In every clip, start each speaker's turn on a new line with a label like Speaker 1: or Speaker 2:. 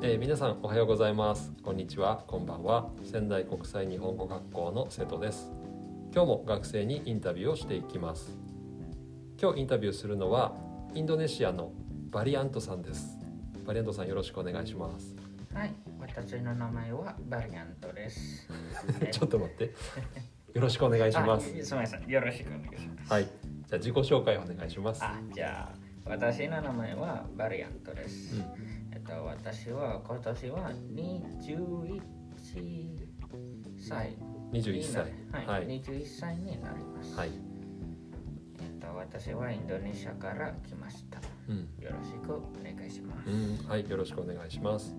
Speaker 1: ー皆さんおはようございますこんにちはこんばんは仙台国際日本語学校の瀬戸です今日も学生にインタビューをしていきます今日インタビューするのはインドネシアのバリアントさんですバリアントさんよろしくお願いします
Speaker 2: はい、私の名前はバリアントです。
Speaker 1: ちょっと待ってよろしくお願いしま
Speaker 2: あ
Speaker 1: す
Speaker 2: いすみません、よろしくお願いします。
Speaker 1: はいじゃあ自己紹介お願いします
Speaker 2: あ、じゃあ、私の名前はバリアントです。えっと、私は今年は21歳
Speaker 1: 21
Speaker 2: にな
Speaker 1: 歳
Speaker 2: る。は、
Speaker 1: はいい
Speaker 2: 21歳になります。
Speaker 1: はい、
Speaker 2: えっと、私はインドネシアから来ました。
Speaker 1: うん
Speaker 2: よろしくお願いしま
Speaker 1: うんはいよろしくお願いします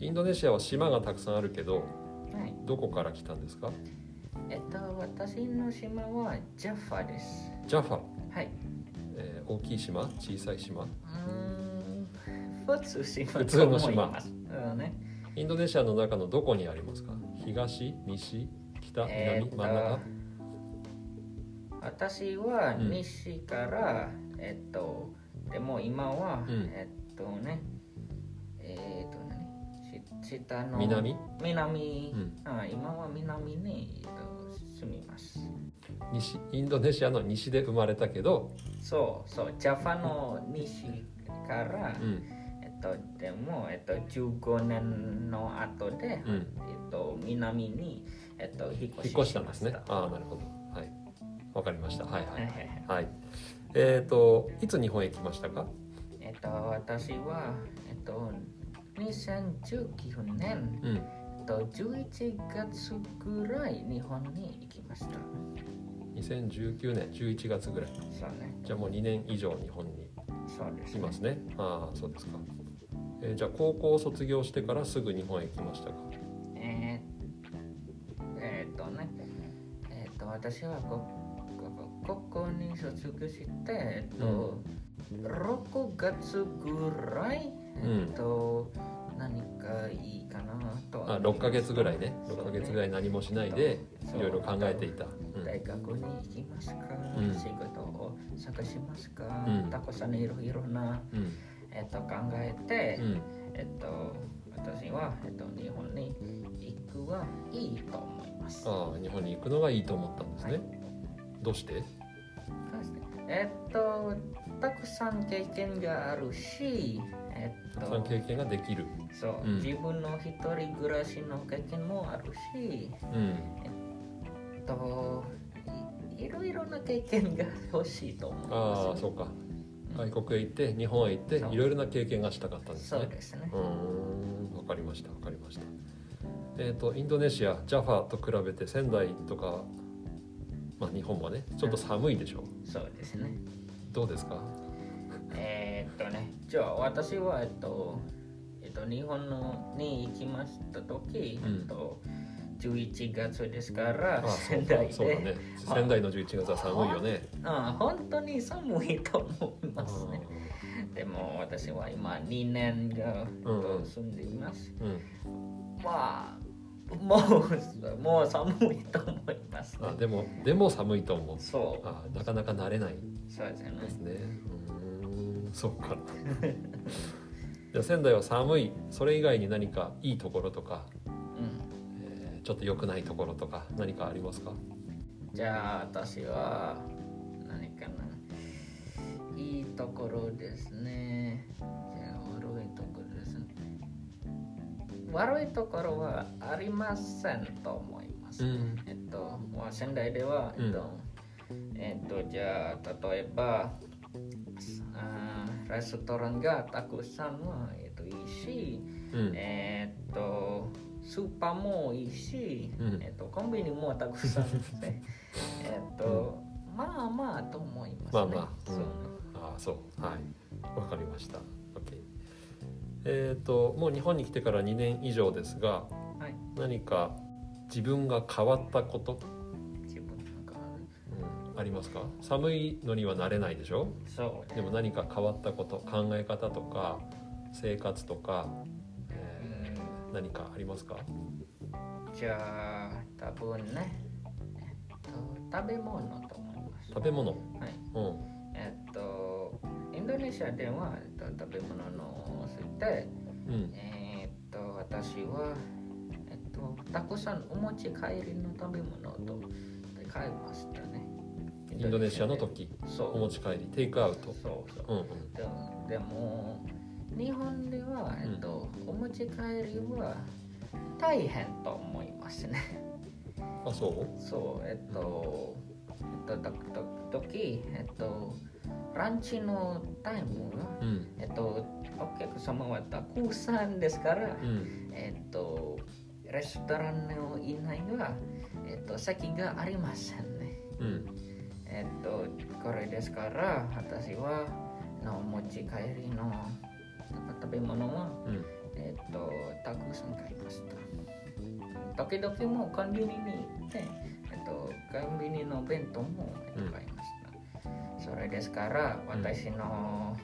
Speaker 1: インドネシアは島がたくさんあるけど
Speaker 2: す。はい、
Speaker 1: どこから来たんですか
Speaker 2: えっと、私の島はジャファです。
Speaker 1: ジャファ、
Speaker 2: はい。
Speaker 1: えー大きい島小さい島
Speaker 2: うーん普通島
Speaker 1: 普通の島
Speaker 2: と思いますうんね、
Speaker 1: インドネシアの中のどこにありますか東西北
Speaker 2: え
Speaker 1: 南
Speaker 2: ーっと
Speaker 1: 真ん中
Speaker 2: 私は
Speaker 1: うん
Speaker 2: 西から、えっとでも今は、
Speaker 1: うん
Speaker 2: えっとねえっと何し下の
Speaker 1: 南
Speaker 2: 南、
Speaker 1: うん
Speaker 2: あ今は南に、えっと、住みます
Speaker 1: 西インドネシアの西で生まれたけど、
Speaker 2: そうそうジャファの西から、
Speaker 1: うん
Speaker 2: えっとでも、えっと、15年の後で、
Speaker 1: うん、
Speaker 2: えっと、南に、えっと、引っ
Speaker 1: 引
Speaker 2: 越
Speaker 1: っ
Speaker 2: し
Speaker 1: 越したんですね
Speaker 2: しまし
Speaker 1: ああなるほどはいわかりましたはいは
Speaker 2: たはいはい
Speaker 1: い
Speaker 2: は
Speaker 1: は
Speaker 2: い
Speaker 1: いえっ、といつ日本へ来ましたか
Speaker 2: えっと、私は、えっと、2019年、
Speaker 1: うん
Speaker 2: えっと、11月ぐらい日本に行きました。
Speaker 1: 2019年11月ぐらい
Speaker 2: そうね、
Speaker 1: じゃあもう2年以上日本に
Speaker 2: そうです、
Speaker 1: いますねああそうですか、えーじゃあ高校を卒業してからすぐ日本へ来ましたか
Speaker 2: えーえーっとね、えーっと、私はここここに卒業して、えっと、6月ぐらい、えっと、何かいいかなと思いま
Speaker 1: あ
Speaker 2: す。
Speaker 1: 6ヶ月ぐらいね
Speaker 2: そう
Speaker 1: 6ヶ月ぐらい何もしないで
Speaker 2: そう
Speaker 1: いろいろ考えていた、
Speaker 2: 大学に行きますか、
Speaker 1: うん
Speaker 2: 仕事を探しますか、
Speaker 1: うん
Speaker 2: たくさんいろいろな、
Speaker 1: うんうん
Speaker 2: えっと、考えて、
Speaker 1: うん、
Speaker 2: えっと、私は、えっと、日本に行くはいいと思います。
Speaker 1: ああ日本に行くのがいいと思ったんですね、
Speaker 2: はい
Speaker 1: どうして
Speaker 2: そうですねえっと、たくさん経験があるし、えったと
Speaker 1: くさん経験ができる、
Speaker 2: そう
Speaker 1: うん
Speaker 2: 自分の一人暮らしの経験もあるし、
Speaker 1: うん、
Speaker 2: えっと、いいろいろな経験が欲しいと思います、
Speaker 1: ああそうか外国へ行って日本へ行って
Speaker 2: そう
Speaker 1: いろいろな経験がしたかったんです
Speaker 2: そう
Speaker 1: ね
Speaker 2: ですね
Speaker 1: う。ーんわかりましたわかりましたえっ、とインドネシアジャファと比べて仙台とかまあ日本はねちょっと寒いでしょ、
Speaker 2: そうですね。
Speaker 1: どうですか
Speaker 2: えーっとね、じゃあ私は、えっと、えっと、日本のに行きました時、
Speaker 1: うん
Speaker 2: えっと、11月ですから、
Speaker 1: ああそ
Speaker 2: 仙
Speaker 1: うか
Speaker 2: 台で。
Speaker 1: そうだ ね
Speaker 2: あ
Speaker 1: 仙台の11月は寒いよね
Speaker 2: あ本当に寒いと思いますね。
Speaker 1: う
Speaker 2: でも私は今2年が、えっ
Speaker 1: うんうん
Speaker 2: と、住んでいます。
Speaker 1: ん、
Speaker 2: まあ、もう、もう寒いと思いますね
Speaker 1: あ。でもでも寒いと思う
Speaker 2: そ、
Speaker 1: あなかなか慣れないう
Speaker 2: そうですね。
Speaker 1: ですねうーんそっ かじゃあ仙台は寒いそれ以外に何かいいところとか、
Speaker 2: うん
Speaker 1: えーちょっと良くないところとか何かありますか
Speaker 2: じゃあ私は何かないいところですねじゃあ悪いところですね悪いところはありませんと思います、
Speaker 1: ん
Speaker 2: えっと、まあ、仙台では、
Speaker 1: うん
Speaker 2: えっとえっとじゃあ例えばあーレストランがたくさんは、えっと、いいし、
Speaker 1: うん
Speaker 2: えーっと、スーパーもいいし、
Speaker 1: うん
Speaker 2: えーっと、コンビニもたくさんあって、えーっと、まあまあと思います、ね。
Speaker 1: まあまあ
Speaker 2: そうね
Speaker 1: あそうはいわかりました OK えっ、ともう日本に来てから2年以上ですが
Speaker 2: はい、
Speaker 1: 何か自分が変わったこと、
Speaker 2: 自分なんか、
Speaker 1: うんありますか寒いのには慣れないでしょ
Speaker 2: そう、
Speaker 1: でも何か変わったこと考え方とか生活とか、えー何かありますか
Speaker 2: じゃあ、多分ね、えーっと、食べ物と思います。
Speaker 1: 食べ物、
Speaker 2: はい、
Speaker 1: うん、
Speaker 2: えーっと、インドネシアでは、えーっと、食べ物のついて、
Speaker 1: うん、
Speaker 2: えーっと、私は、えっと、たくさんお持ち帰りの食べ物とで買いましたね。
Speaker 1: インドネシアの時
Speaker 2: そう
Speaker 1: お持ち帰りテイクアウト
Speaker 2: そうそう
Speaker 1: うんうん
Speaker 2: ででも日本では、えっとお持ち帰りは大変と思いますね。
Speaker 1: あそう
Speaker 2: そう、えっと、えっと、と、と、時、えっと、ランチのタイムは、
Speaker 1: うん
Speaker 2: えっと、お客様はたくさんですから、
Speaker 1: うん
Speaker 2: えっと、レストランの以内は、えっと、席がありませんね。
Speaker 1: うん
Speaker 2: えっと、これですから、私は、のお持ち帰りの食べ物は、
Speaker 1: うん
Speaker 2: えっと、たくさん買いました。時々もうコンビニに行って、えっと、コンビニの弁当も買いました。それですから、私の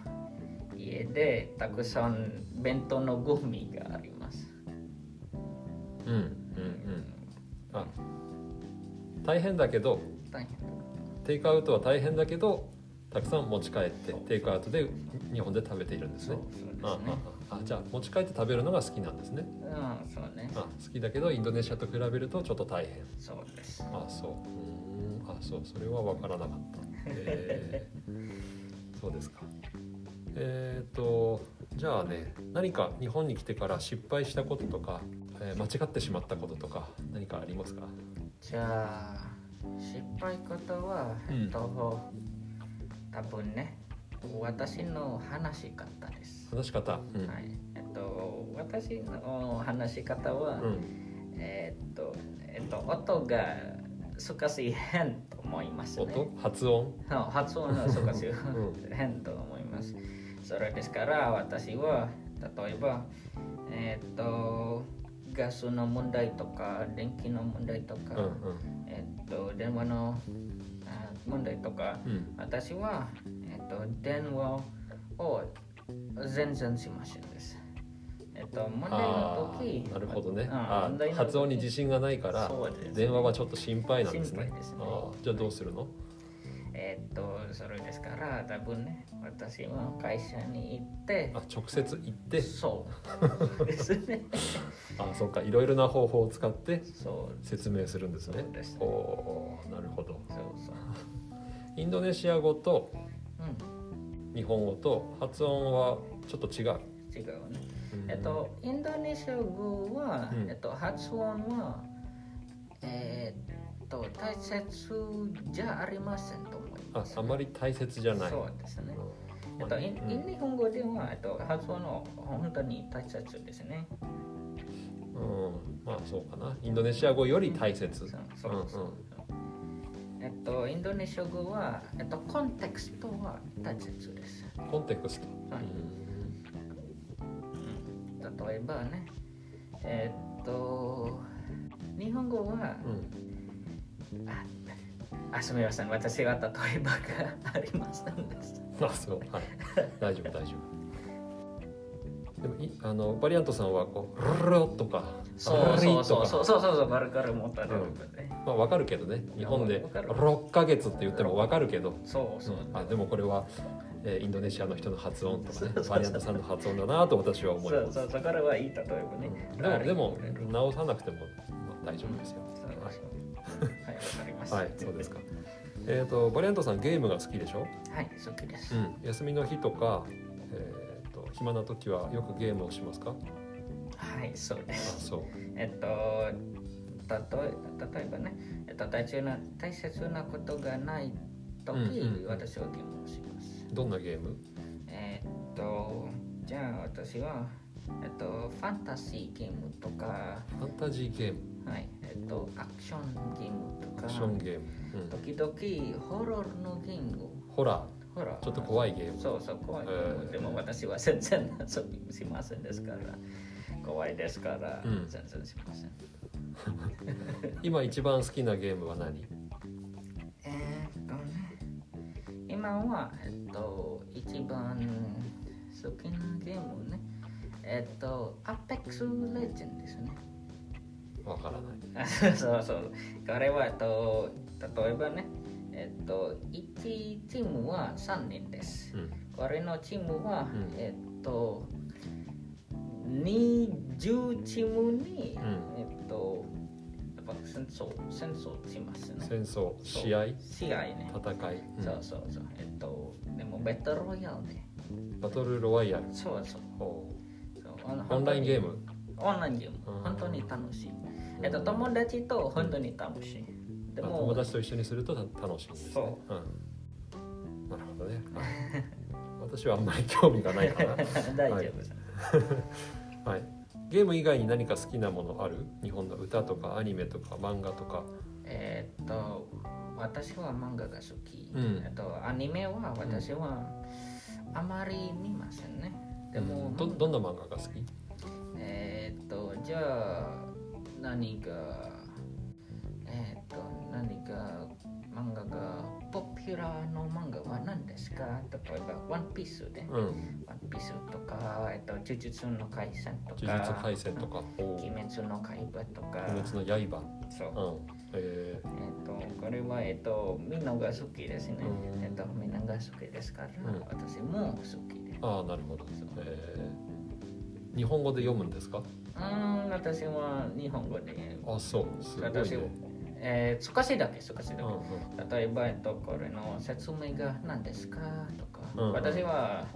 Speaker 2: 家でたくさん弁当のゴミがあります。
Speaker 1: うんうんうんあ大変だけど
Speaker 2: 大変
Speaker 1: テイクアウトは大変だけどたくさん持ち帰ってテイクアウトで日本で食べているんです
Speaker 2: そう
Speaker 1: ね
Speaker 2: そうで
Speaker 1: あ
Speaker 2: すね。
Speaker 1: あああじゃあ持ち帰って食べるのが好きなんですね
Speaker 2: うん、そうね。
Speaker 1: あ好きだけどインドネシアと比べるとちょっと大変
Speaker 2: そうです。
Speaker 1: あそううーんあそうそれは分からなかった、え ーそうですかえっ、とじゃあね何か日本に来てから失敗したこととか、えー間違ってしまったこととか何かありますか
Speaker 2: じゃあ失敗ことは、
Speaker 1: うん
Speaker 2: えっと多分ね私の話し方です、
Speaker 1: 話し方うん、
Speaker 2: はいえっと私の話し方は、
Speaker 1: うん、
Speaker 2: えっとえっと音が少し変と思いますね
Speaker 1: 音発音
Speaker 2: の発音が少し
Speaker 1: う
Speaker 2: 変と思いますそれですから私は例えばえっとガスの問題とか電気の問題と
Speaker 1: う
Speaker 2: か、
Speaker 1: んうん
Speaker 2: えっと、電話のあ問題とか、
Speaker 1: うん
Speaker 2: 私は、えっと、電話を全然しませんです。えっと、問題の
Speaker 1: あ
Speaker 2: 時
Speaker 1: ー、なるほどね
Speaker 2: うん
Speaker 1: あ
Speaker 2: 問
Speaker 1: ー
Speaker 2: 題の時
Speaker 1: 発音に自信がないから
Speaker 2: そうです
Speaker 1: 電話はちょっと心配なんです
Speaker 2: 心
Speaker 1: ね
Speaker 2: 配ですね
Speaker 1: あーじゃあどうするの
Speaker 2: えっと、それですから、多分ね、私は会社に行って
Speaker 1: あ、直接行って
Speaker 2: そうですね。
Speaker 1: あーそうかいろいろな方法を使って
Speaker 2: そう、
Speaker 1: 説明するんですね
Speaker 2: そうですね
Speaker 1: おーなるほど
Speaker 2: そうそう。
Speaker 1: インドネシア語と
Speaker 2: うん、
Speaker 1: 日本語と発音はちょっと違う、
Speaker 2: 違うね。
Speaker 1: うん
Speaker 2: えっと、インドネシア語は、
Speaker 1: うん
Speaker 2: えっと、発音は、えっと、大切じゃありませんと思い
Speaker 1: あ
Speaker 2: ます。
Speaker 1: あまり大切じゃない
Speaker 2: そうですね。
Speaker 1: うん
Speaker 2: えっと、イン
Speaker 1: うん
Speaker 2: イン日本語では、えっと、発音の本当に大切ですね。
Speaker 1: うんまあそうかなインドネシア語より大切、
Speaker 2: そうそうそう。えっと、インドネシア語は、えっと、コンテクストは大切です。
Speaker 1: コンテクスト、
Speaker 2: はい例えばね、えっと、日本語は、
Speaker 1: うんうん
Speaker 2: ああ、すみません、私は例えばがありませんでした。
Speaker 1: まあそうはい大丈夫大丈夫でもいあのバリアントさんはこう「ルルル」とか「
Speaker 2: そうそうそう
Speaker 1: ルリとか
Speaker 2: そうそうそうそう、バルカルモタルね。
Speaker 1: まあわかるけどね日本で
Speaker 2: わかる
Speaker 1: 6ヶ月って言ってもわかるけど
Speaker 2: そうそう。
Speaker 1: あでもこれは、えーインドネシアの人の発音とかね
Speaker 2: そうそうそう
Speaker 1: バリアントさんの発音だなと私は思い
Speaker 2: そ
Speaker 1: ま
Speaker 2: う
Speaker 1: す
Speaker 2: そう、だからはいい例えばね。
Speaker 1: でもでも直さなくても、まあ、大丈夫ですよ、
Speaker 2: そうそうそうはい、わかりました。
Speaker 1: はい、はい、そうですかえっ、とバリアントさんゲームが好きでしょ、
Speaker 2: はい、好きです。
Speaker 1: うん、休みの日とかえっ、と暇な時はよくゲームをしますか
Speaker 2: はい、そうで
Speaker 1: あ
Speaker 2: す。
Speaker 1: そう
Speaker 2: えっと、たとえ例えばね、えっと、大切な大切なことがないとき、
Speaker 1: うんうん
Speaker 2: 私はゲームをします。
Speaker 1: どんなゲーム
Speaker 2: えっと、じゃあ私は、えっと、ファンタジーゲームとか、
Speaker 1: ファンタジーゲーム
Speaker 2: はい、えっと、アクションゲームと
Speaker 1: ア
Speaker 2: か
Speaker 1: ク、ションゲーム、うん、
Speaker 2: 時々ホローのゲーム、
Speaker 1: ホラ
Speaker 2: ホラー
Speaker 1: ーちょっと怖いゲーム
Speaker 2: そうそう怖い、
Speaker 1: えー
Speaker 2: でも私は全然遊びしませんですから怖いですから、
Speaker 1: うん
Speaker 2: 全然しません
Speaker 1: 今一番好きなゲームは何
Speaker 2: えーっとね今はえっと一番好きなゲームねえっとアペックスレジェンドですね
Speaker 1: わからない
Speaker 2: そうそうこれはえっと例えばねえっと1チームは3人です、
Speaker 1: うん
Speaker 2: これのチームは、
Speaker 1: うん
Speaker 2: えっと20チームに、
Speaker 1: ん
Speaker 2: えっと、やっぱ戦争、戦争しますね。
Speaker 1: 戦争
Speaker 2: そう
Speaker 1: 試合
Speaker 2: 試合ね。
Speaker 1: 戦い、うん
Speaker 2: そうそうそう。えっと、でもベトロイヤルで。
Speaker 1: バトルロワイヤル
Speaker 2: そうそう。
Speaker 1: ほ
Speaker 2: そう
Speaker 1: うオンラインゲー。
Speaker 2: あの
Speaker 1: ム
Speaker 2: オンラインゲーム。
Speaker 1: うん
Speaker 2: 本当に楽しい。えっと、友達と本当に楽しい。で
Speaker 1: あ
Speaker 2: も、
Speaker 1: 友達と一緒にするとた楽しいんですね
Speaker 2: そ
Speaker 1: ん、なるほどね、はい私はあんまり興味がない かな
Speaker 2: 大丈夫です。
Speaker 1: はいゲーム以外に何か好きなものある日本の歌とかアニメとか漫画とか
Speaker 2: えーっと、私は漫画が好き。
Speaker 1: うん
Speaker 2: えっと、アニメは私はあまり見ませんね。でも、
Speaker 1: どどんな漫画が好き
Speaker 2: えーっと、じゃあ、何が、えーっと、何が、漫画が、ポピュラーの漫画は何ですか例えば、ワンピースで、
Speaker 1: うん
Speaker 2: ワンピースとか、えっと、呪術の回戦とか、
Speaker 1: 呪術廻戦とかお
Speaker 2: 鬼
Speaker 1: ー
Speaker 2: 滅の刃とか、
Speaker 1: 鬼滅の刃
Speaker 2: そう。
Speaker 1: うんえ
Speaker 2: えっと、これは、えっと、みんなが好きですね
Speaker 1: う。ん
Speaker 2: えっと、みんなが好きですから、
Speaker 1: ん
Speaker 2: 私も好きです。
Speaker 1: ー、ああなるほど、えー、日本語で読むんですか
Speaker 2: うーん、私は日本語で。
Speaker 1: あそうすごいね
Speaker 2: 私は、えー、少しだけ、少しだ
Speaker 1: う
Speaker 2: け。
Speaker 1: ん
Speaker 2: 例えば、えっと、これの説明が何ですかとか、
Speaker 1: うん
Speaker 2: 私は、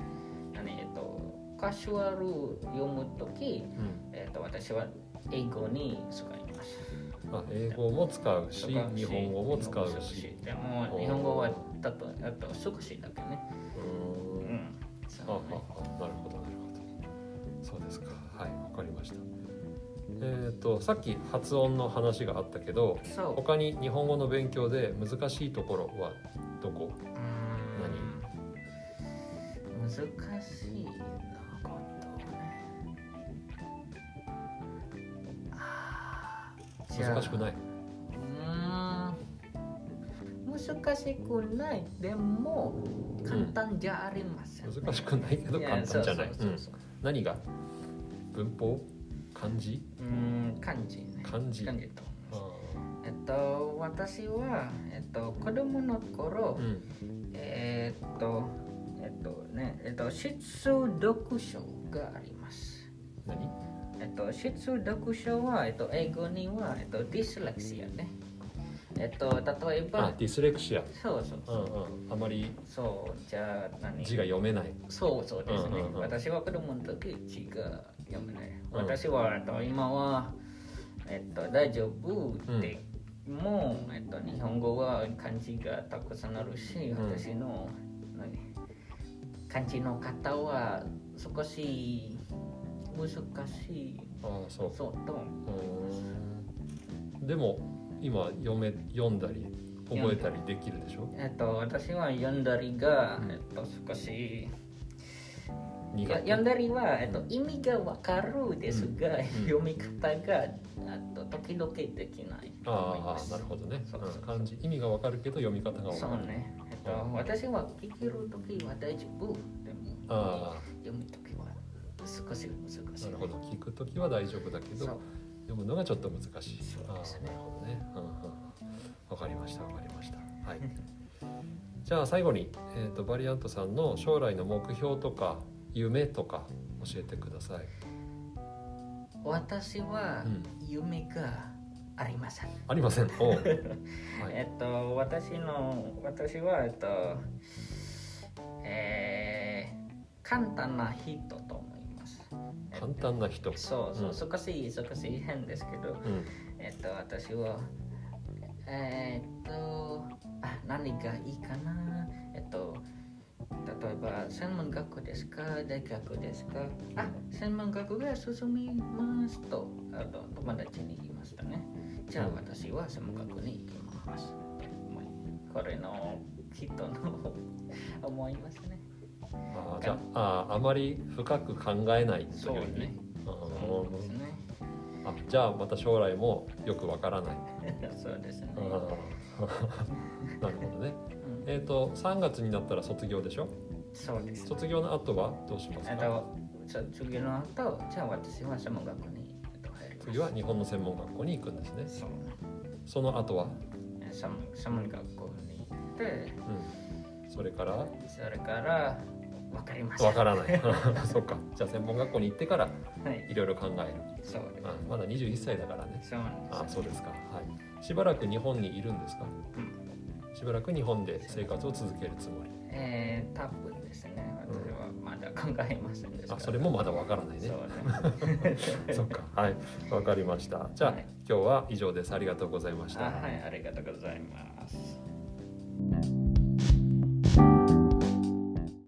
Speaker 2: 何、えっと、カジュアル読むとき、
Speaker 1: うん
Speaker 2: えっと、私は英語に使います。
Speaker 1: うんあ英語も使うし
Speaker 2: とか
Speaker 1: 日本語も使うし。
Speaker 2: でも、日本語は、たと、あと、少しだけね。
Speaker 1: う
Speaker 2: う
Speaker 1: ーん
Speaker 2: ん。そ
Speaker 1: あああ
Speaker 2: うね
Speaker 1: なるほどなるほどそうですかはいわかりましたえっ、とさっき発音の話があったけど
Speaker 2: そう。
Speaker 1: 他に日本語の勉強で難しいところはどこ
Speaker 2: うーん難しいなことね。あーじゃあ
Speaker 1: 難しくないう
Speaker 2: ーん難しくない。でも、簡単じゃありません。
Speaker 1: 難しくないけど
Speaker 2: いや
Speaker 1: 簡単じゃない
Speaker 2: そうそうそうそう
Speaker 1: うん何が文法漢字
Speaker 2: うーん、漢字ね。
Speaker 1: 漢字
Speaker 2: 漢字と。
Speaker 1: あ
Speaker 2: えっと、私は、えっと、子供の頃
Speaker 1: ー、うん
Speaker 2: えーっと、えっとね、えっと、質読書があります。
Speaker 1: 何
Speaker 2: えっと、質読書は、えっと、英語には、えっと、ディスレクシアね。えっと、例えば
Speaker 1: あ、ディスレクシア
Speaker 2: そうそう
Speaker 1: う
Speaker 2: そ
Speaker 1: ん
Speaker 2: う。
Speaker 1: うんあまり
Speaker 2: そう、じゃあ何
Speaker 1: 字が読めない
Speaker 2: そうそうですね。
Speaker 1: うんうんうん
Speaker 2: 私は子供の時、字が読めない。
Speaker 1: うん
Speaker 2: 私は、えっと、今は、えっと、大丈夫って、もう、えっと、日本語は漢字がたくさんあるし、
Speaker 1: ん
Speaker 2: 私の、何漢字の方は少し難しい。
Speaker 1: ああそう
Speaker 2: そうと、
Speaker 1: うーんでも今読め読んだり覚えたりできるでしょ
Speaker 2: えっと、私は読んだりが、
Speaker 1: うん
Speaker 2: えっと、少し。
Speaker 1: 苦
Speaker 2: や
Speaker 1: 手
Speaker 2: 読んだりは、えっと、意味がわかるですが、 読み方があと時々できないと思い
Speaker 1: あ
Speaker 2: ま
Speaker 1: あ
Speaker 2: す。
Speaker 1: なるほどね
Speaker 2: そうそうそう
Speaker 1: うん漢字意味がわかるけど読み方がわ
Speaker 2: そ
Speaker 1: か
Speaker 2: う
Speaker 1: る
Speaker 2: ね。えっと、私は聞けるときは大丈夫。でも、
Speaker 1: あ
Speaker 2: 読むときは少し難
Speaker 1: あ
Speaker 2: しい。
Speaker 1: なるほど聞くときは大丈夫だけ
Speaker 2: そ
Speaker 1: ど
Speaker 2: う。
Speaker 1: 読むのがちょっと難しい
Speaker 2: そうですね
Speaker 1: ああなるほどねうんうんうんわかりましたわかりましたはいじゃあ最後に、えー、とバリアントさんの将来の目標とか夢とか教えてください
Speaker 2: 私は
Speaker 1: うん
Speaker 2: 夢がありません。
Speaker 1: ありません おうはい
Speaker 2: えっと、私の、私は、えっと、えー簡単な人と思います。
Speaker 1: 簡単な人、
Speaker 2: そうそううん少し少し変ですけ
Speaker 1: う
Speaker 2: ど、
Speaker 1: ん
Speaker 2: えっと、私は、えっと、あ、何がいいかなえっと、例えば、専門学校ですか大学ですかあ、専門学校が進みますと、あと友達に言いましたね。じゃあ、
Speaker 1: うん
Speaker 2: 私は専門学校に行きます。とこれの人の思いますね。
Speaker 1: あーじゃああーあまり深く考えないという意味
Speaker 2: ね。
Speaker 1: あ
Speaker 2: そうです
Speaker 1: ー
Speaker 2: ね。
Speaker 1: あじゃあまた将来もよくわからない
Speaker 2: そうですね
Speaker 1: あ。ー なるほどね
Speaker 2: うん
Speaker 1: えっ、と3月になったら卒業でしょ
Speaker 2: そうですね。
Speaker 1: 卒業の後はどうします
Speaker 2: えっ
Speaker 1: か
Speaker 2: と、卒業の後、じゃあ私は専門学校にえっと入ります。
Speaker 1: 次は日本の専門学校に行くんですね
Speaker 2: そう
Speaker 1: その後は、
Speaker 2: え専門専門学校に行って、
Speaker 1: うん、それから
Speaker 2: それから、わかりました
Speaker 1: わからない そっかじゃあ専門学校に行ってから
Speaker 2: はい
Speaker 1: いろいろ考える
Speaker 2: そうです
Speaker 1: あまだ21歳だからね
Speaker 2: そうなんです
Speaker 1: あそうですかはいしばらく日本にいるんですか
Speaker 2: うん
Speaker 1: しばらく日本で生活を続けるつもり
Speaker 2: えー、多分ですね私はまだ考えませんでした
Speaker 1: あそれもまだわからないね
Speaker 2: そうね
Speaker 1: そっかはいわかりましたじゃあ
Speaker 2: はい
Speaker 1: 今日は以上ですありがとうございまし
Speaker 2: あ
Speaker 1: た
Speaker 2: はいありがとうございます